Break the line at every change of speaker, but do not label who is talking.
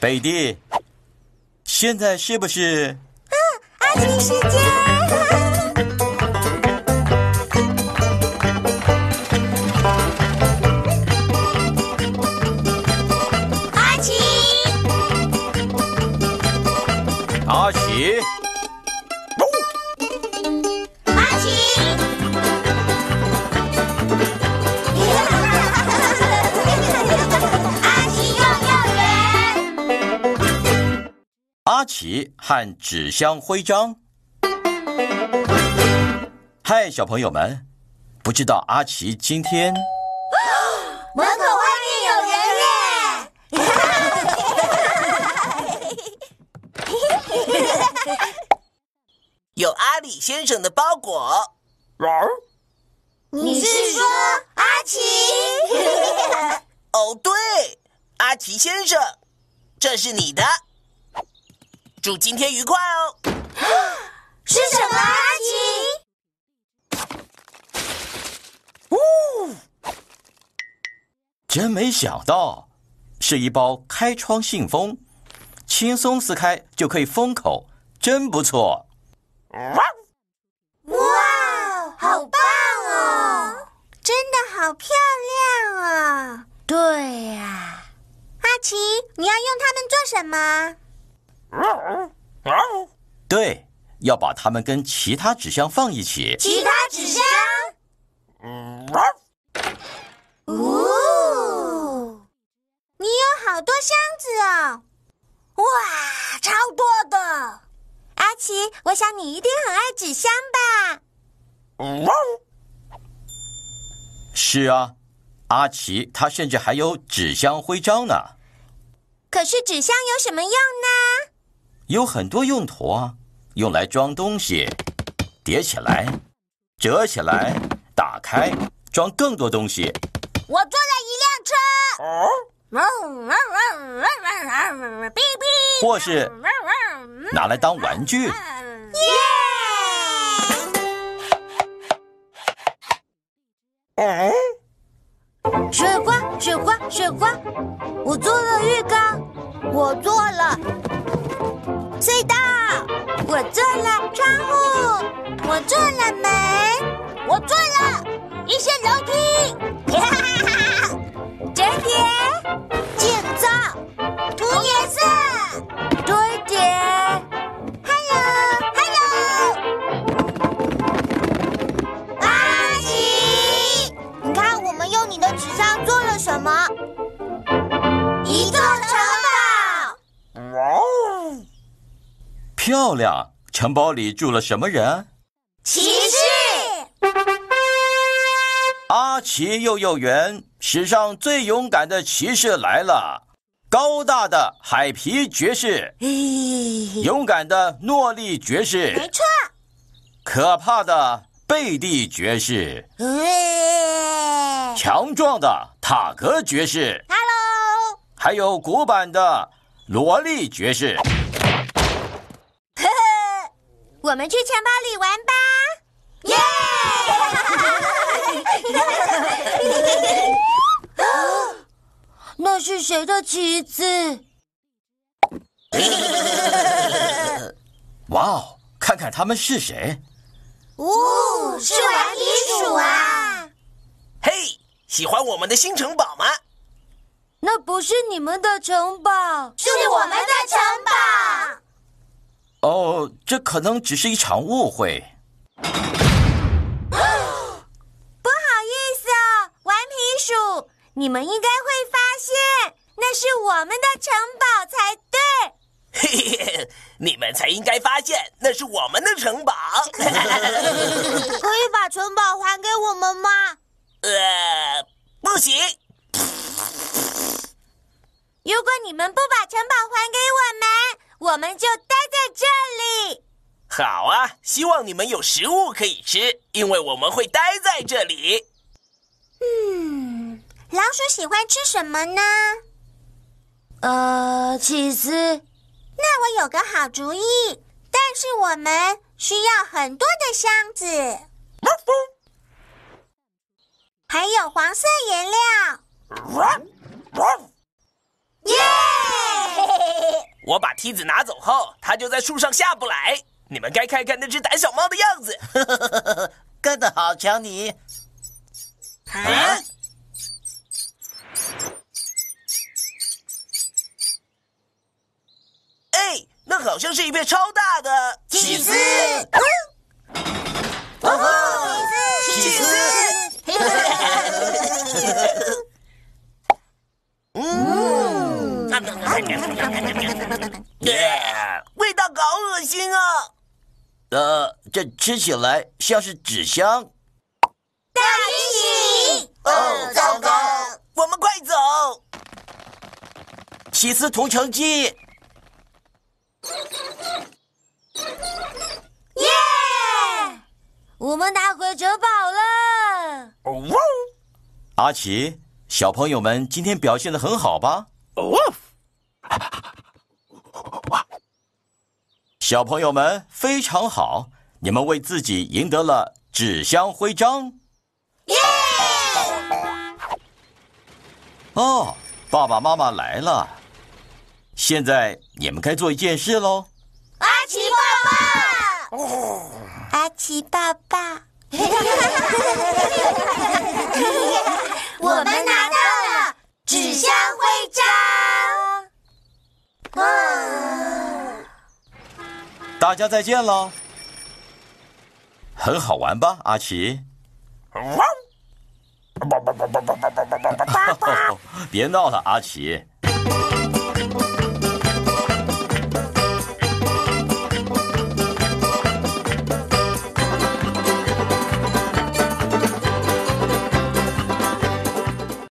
北地，现在是不是
阿军时间，阿奇，
阿奇？
阿奇。阿奇幼幼园，
阿奇和纸箱徽章。嗨，小朋友们，不知道阿奇今天
门口外面有人耶！
有阿里先生的包裹。
你是说阿奇？
哦，对，阿奇先生，这是你的。祝今天愉快哦！
是什么阿奇？
真没想到，是一包开窗信封，轻松撕开就可以封口，真不错。
哇，好棒哦！真的好漂亮哦！对呀、阿奇，你要用它们做什么？
对，要把它们跟其他纸箱放一起。
其他纸箱。嗯哦，你有好多箱子哦！哇，超多的！阿奇，我想你一定很爱纸箱吧？
是啊，阿奇他甚至还有纸箱徽章呢，
可是纸箱有什么用呢？
有很多用途啊，用来装东西，叠起来，折起来，打开，装更多东西。
我坐了一辆车，哔哔，
或是拿来当玩具。
耶！水瓜，水瓜，水瓜，我做了浴缸，我做了隧道，我做了窗户，我做了门，我做了一些楼梯， 折叠、建造、涂颜色、堆叠。Hello，Hello，阿奇，你看我们用你的纸箱做了什么？一座城堡。
哦
漂亮！城堡里住了什么人？
骑士。
阿奇幼幼园，史上最勇敢的骑士来了！高大的海皮爵士，
没
勇敢的诺丽爵士，
错。
可怕的贝蒂爵士，
哎
强壮的塔格爵士，
，Hello，
还有古板的萝莉爵士。
呵呵，我们去城堡里玩吧。耶！ 那是谁的旗子？
哇哦，看看他们是谁？
哦，是顽皮鼠啊！
嘿，喜欢我们的新城堡吗？
那不是你们的城堡，是我们的城堡。
哦，这可能只是一场误会。
不好意思哦，顽皮鼠，你们应该会发现那是我们的城堡才对。
嘿 嘿嘿，你们才应该发现那是我们的城堡。
可以把城堡还给我们吗？
呃，不行，
如果你们不把城堡还给我们，我们就待在这里。
好啊，希望你们有食物可以吃，因为我们会待在这里。
老鼠喜欢吃什么呢？呃，起司。那我有个好主意，但是我们需要很多的箱子，还有黄色颜料。耶！
我把梯子拿走后，它就在树上下不来。你们该看看那只胆小猫的样子。
干得好，乔尼！
啊！哎，那好像是一片超大的
起司
哦
起
起司。耶味道好恶心啊！
呃，这吃起来像是纸箱。
大惊喜！
哦糟糕！
我们快走！
起司同城记，
耶！我们拿回城堡了。
哦呜
阿奇，小朋友们今天表现的很好吧？
哦呜！
小朋友们非常好，你们为自己赢得了纸箱徽章。
耶！
哦，爸爸妈妈来了。现在你们该做一件事喽。
阿奇爸爸，阿奇爸爸， 我们拿到了纸箱徽章。
大家再见喽。很好玩吧，阿奇？别闹了，阿奇。